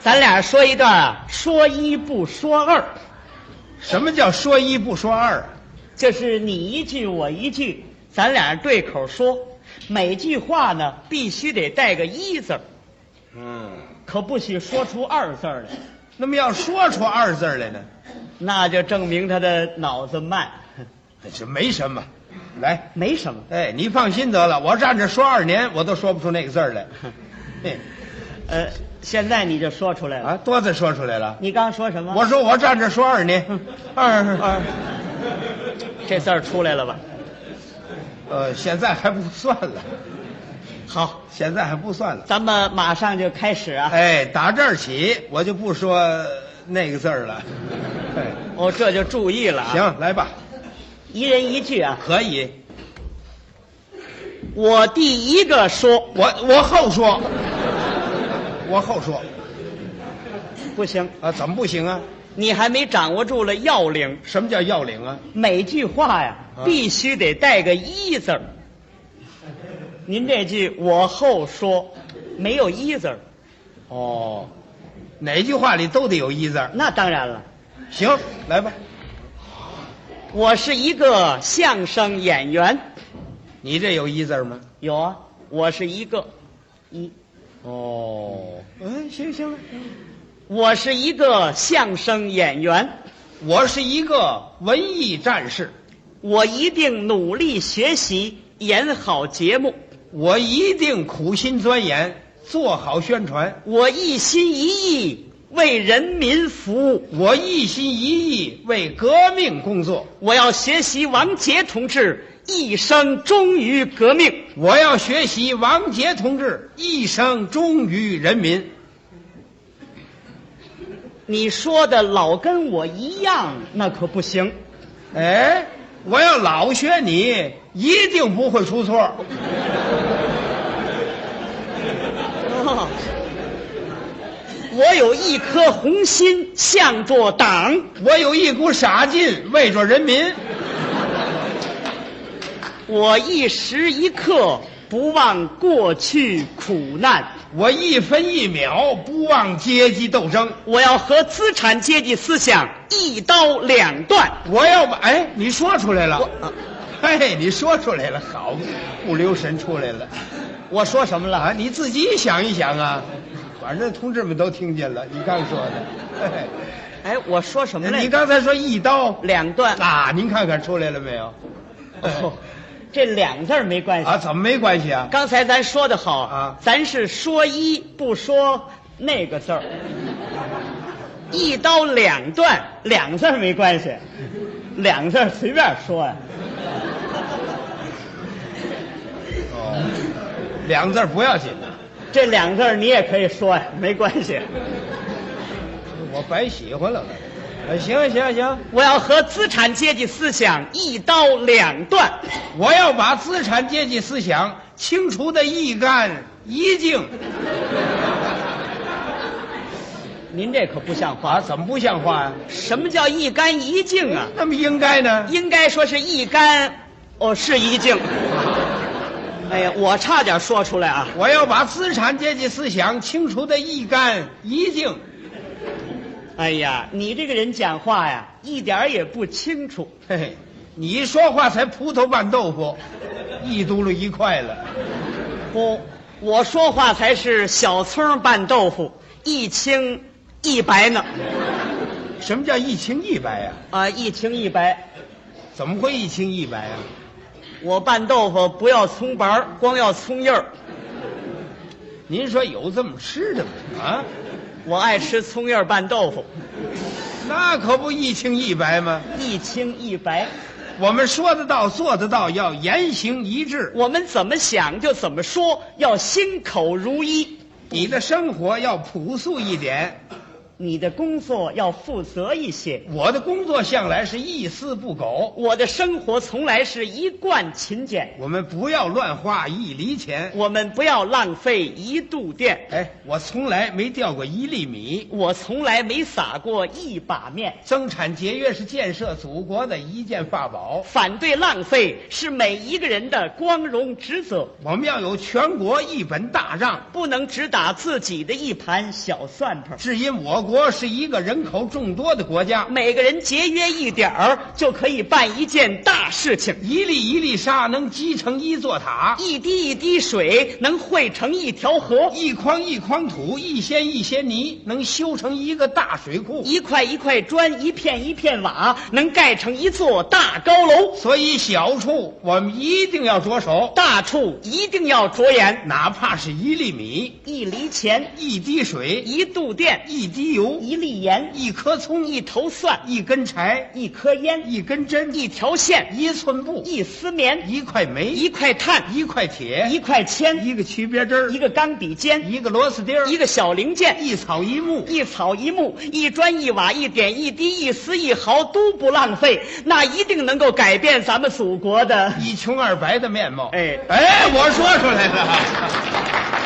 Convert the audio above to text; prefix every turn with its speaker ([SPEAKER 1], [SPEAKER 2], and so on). [SPEAKER 1] 咱俩说一段啊，说一不说二，
[SPEAKER 2] 什么叫说一不说二啊？
[SPEAKER 1] 就是你一句我一句，咱俩对口说，每句话呢必须得带个一字儿，
[SPEAKER 2] 嗯，
[SPEAKER 1] 可不许说出二字儿来，
[SPEAKER 2] 那么要说出二字来呢，
[SPEAKER 1] 那就证明他的脑子慢。
[SPEAKER 2] 这没什么。来，
[SPEAKER 1] 没什么，
[SPEAKER 2] 哎，你放心得了，我站着说二年，我都说不出那个字儿来。嘿
[SPEAKER 1] 呃，现在你就说出来了。
[SPEAKER 2] 啊，多次说出来了。
[SPEAKER 1] 你刚说什么？
[SPEAKER 2] 我说我站着说二年，二二，
[SPEAKER 1] 这字儿出来了吧？
[SPEAKER 2] 呃，现在还不算了，
[SPEAKER 1] 好，
[SPEAKER 2] 现在还不算了。
[SPEAKER 1] 咱们马上就开始啊！
[SPEAKER 2] 哎，打这儿起我就不说那个字儿了。哎，
[SPEAKER 1] 哦，这就注意了啊！，
[SPEAKER 2] 行，来吧，
[SPEAKER 1] 一人一句啊。
[SPEAKER 2] 可以。
[SPEAKER 1] 我第一个说
[SPEAKER 2] 我我后说，我后说
[SPEAKER 1] 不行，
[SPEAKER 2] 啊，怎么不行啊？
[SPEAKER 1] 你还没掌握住了要领。
[SPEAKER 2] 什么叫要领啊？
[SPEAKER 1] 每句话呀，
[SPEAKER 2] 啊
[SPEAKER 1] 必须得带个一字儿。您这句我后说，没有一字儿，
[SPEAKER 2] 哦，哪句话里都得有一字儿。
[SPEAKER 1] 那当然了。
[SPEAKER 2] 行，来吧，
[SPEAKER 1] 我是一个相声演员，
[SPEAKER 2] 你这有一字儿吗？
[SPEAKER 1] 有啊，我是一个，一，
[SPEAKER 2] 哦，嗯，行行了，
[SPEAKER 1] 我是一个相声演员，
[SPEAKER 2] 我是一个文艺战士，
[SPEAKER 1] 我一定努力学习，演好节目，
[SPEAKER 2] 我一定苦心钻研，做好宣传，
[SPEAKER 1] 我一心一意为人民服务。
[SPEAKER 2] 我一心一意为革命工作，
[SPEAKER 1] 我要学习王杰同志一生忠于革命。
[SPEAKER 2] 我要学习王杰同志一生忠于人民。
[SPEAKER 1] 你说的老跟我一样，那可不行。
[SPEAKER 2] 哎，我要老学你，一定不会出错。
[SPEAKER 1] 哦我有一颗红心，向着党。
[SPEAKER 2] 我有一股傻劲，为着人民。
[SPEAKER 1] 我一时一刻不忘过去苦难。
[SPEAKER 2] 我一分一秒不忘阶级斗争。
[SPEAKER 1] 我要和资产阶级思想一刀两断。
[SPEAKER 2] 我要把哎，你说出来了
[SPEAKER 1] 我，啊
[SPEAKER 2] 嘿，你说出来了，好，不留神出来了
[SPEAKER 1] 我说什么
[SPEAKER 2] 啊！？你自己想一想啊，反正同志们都听见了，你刚说的。
[SPEAKER 1] 哎，我说什么
[SPEAKER 2] 嘿
[SPEAKER 1] 来着？
[SPEAKER 2] 你刚才说一刀
[SPEAKER 1] 两断。
[SPEAKER 2] 啊，您看看出来了没有？
[SPEAKER 1] 哦，这两字儿没关系。
[SPEAKER 2] 啊，怎么没关系啊？
[SPEAKER 1] 刚才咱说的好
[SPEAKER 2] 啊
[SPEAKER 1] 咱是说一不说那个字儿，一刀两断，两字儿没关系，两字儿随便说呀、
[SPEAKER 2] 哦，两个字儿不要紧的，
[SPEAKER 1] 这两字儿你也可以说呀、没关系。
[SPEAKER 2] 我白喜欢了。哎，行啊行啊行啊，
[SPEAKER 1] 我要和资产阶级思想一刀两断，
[SPEAKER 2] 我要把资产阶级思想清除的一干一净。
[SPEAKER 1] 您这可不像话。
[SPEAKER 2] 啊，怎么不像话呀、
[SPEAKER 1] 什么叫一干一净啊？
[SPEAKER 2] 那么应该呢？
[SPEAKER 1] 应该说是一干，哦，是一净。哎呀，我差点说出来啊。
[SPEAKER 2] 我要把资产阶级思想清除的一干一净。
[SPEAKER 1] 哎呀，你这个人讲话呀，一点儿也不清楚。
[SPEAKER 2] 嘿嘿，你一说话才葡萄拌豆腐，一嘟噜一块了。
[SPEAKER 1] 不，哦我说话才是小葱拌豆腐，一清一白呢。
[SPEAKER 2] 什么叫一清一白呀、
[SPEAKER 1] 啊，一清一白。
[SPEAKER 2] 怎么会一清一白啊呀、
[SPEAKER 1] 我拌豆腐不要葱白儿，光要葱叶儿。
[SPEAKER 2] 您说有这么吃的吗？啊，
[SPEAKER 1] 我爱吃葱叶儿拌豆腐，
[SPEAKER 2] 那可不一清一白吗？
[SPEAKER 1] 一清一白。
[SPEAKER 2] 我们说得到，做得到，要言行一致。
[SPEAKER 1] 我们怎么想就怎么说，要心口如一。
[SPEAKER 2] 你的生活要朴素一点，
[SPEAKER 1] 你的工作要负责一些。
[SPEAKER 2] 我的工作向来是一丝不苟，
[SPEAKER 1] 我的生活从来是一贯勤俭，
[SPEAKER 2] 我们不要乱花一厘钱。
[SPEAKER 1] 我们不要浪费一度电，
[SPEAKER 2] 哎，我从来没掉过一粒米。
[SPEAKER 1] 我从来没撒过一把面。
[SPEAKER 2] 增产节约是建设祖国的一件法宝。
[SPEAKER 1] 反对浪费是每一个人的光荣职责，
[SPEAKER 2] 我们要有全国一本大账，
[SPEAKER 1] 不能只打自己的一盘小算盘。
[SPEAKER 2] 只因我国是一个人口众多的国家，
[SPEAKER 1] 每个人节约一点儿，就可以办一件大事情。
[SPEAKER 2] 一粒一粒沙能积成一座塔，
[SPEAKER 1] 一滴一滴水能汇成一条河，
[SPEAKER 2] 一筐一筐土，一掀一掀泥能修成一个大水库。
[SPEAKER 1] 一块一块砖，一片一片瓦，能盖成一座大高楼。
[SPEAKER 2] 所以小处我们一定要着手，
[SPEAKER 1] 大处一定要着眼，
[SPEAKER 2] 哪怕是一粒米、
[SPEAKER 1] 一厘钱，
[SPEAKER 2] 一滴水、
[SPEAKER 1] 一度电，
[SPEAKER 2] 一滴油、
[SPEAKER 1] 一粒盐，
[SPEAKER 2] 一颗葱、
[SPEAKER 1] 一头蒜，
[SPEAKER 2] 一根柴、
[SPEAKER 1] 一颗烟，
[SPEAKER 2] 一根针、
[SPEAKER 1] 一条线，
[SPEAKER 2] 一寸布、
[SPEAKER 1] 一丝棉，
[SPEAKER 2] 一块煤、
[SPEAKER 1] 一块炭，
[SPEAKER 2] 一块铁、
[SPEAKER 1] 一块铅，
[SPEAKER 2] 一个曲别针儿
[SPEAKER 1] 一个钢笔尖，
[SPEAKER 2] 一个螺丝钉儿
[SPEAKER 1] 一个小零件，
[SPEAKER 2] 一草一木，
[SPEAKER 1] 一草一木，一砖一瓦，一点一滴，一丝一毫都不浪费，那一定能够改变咱们祖国的。
[SPEAKER 2] 一穷二白的面貌。
[SPEAKER 1] 哎
[SPEAKER 2] 哎，我说出来了。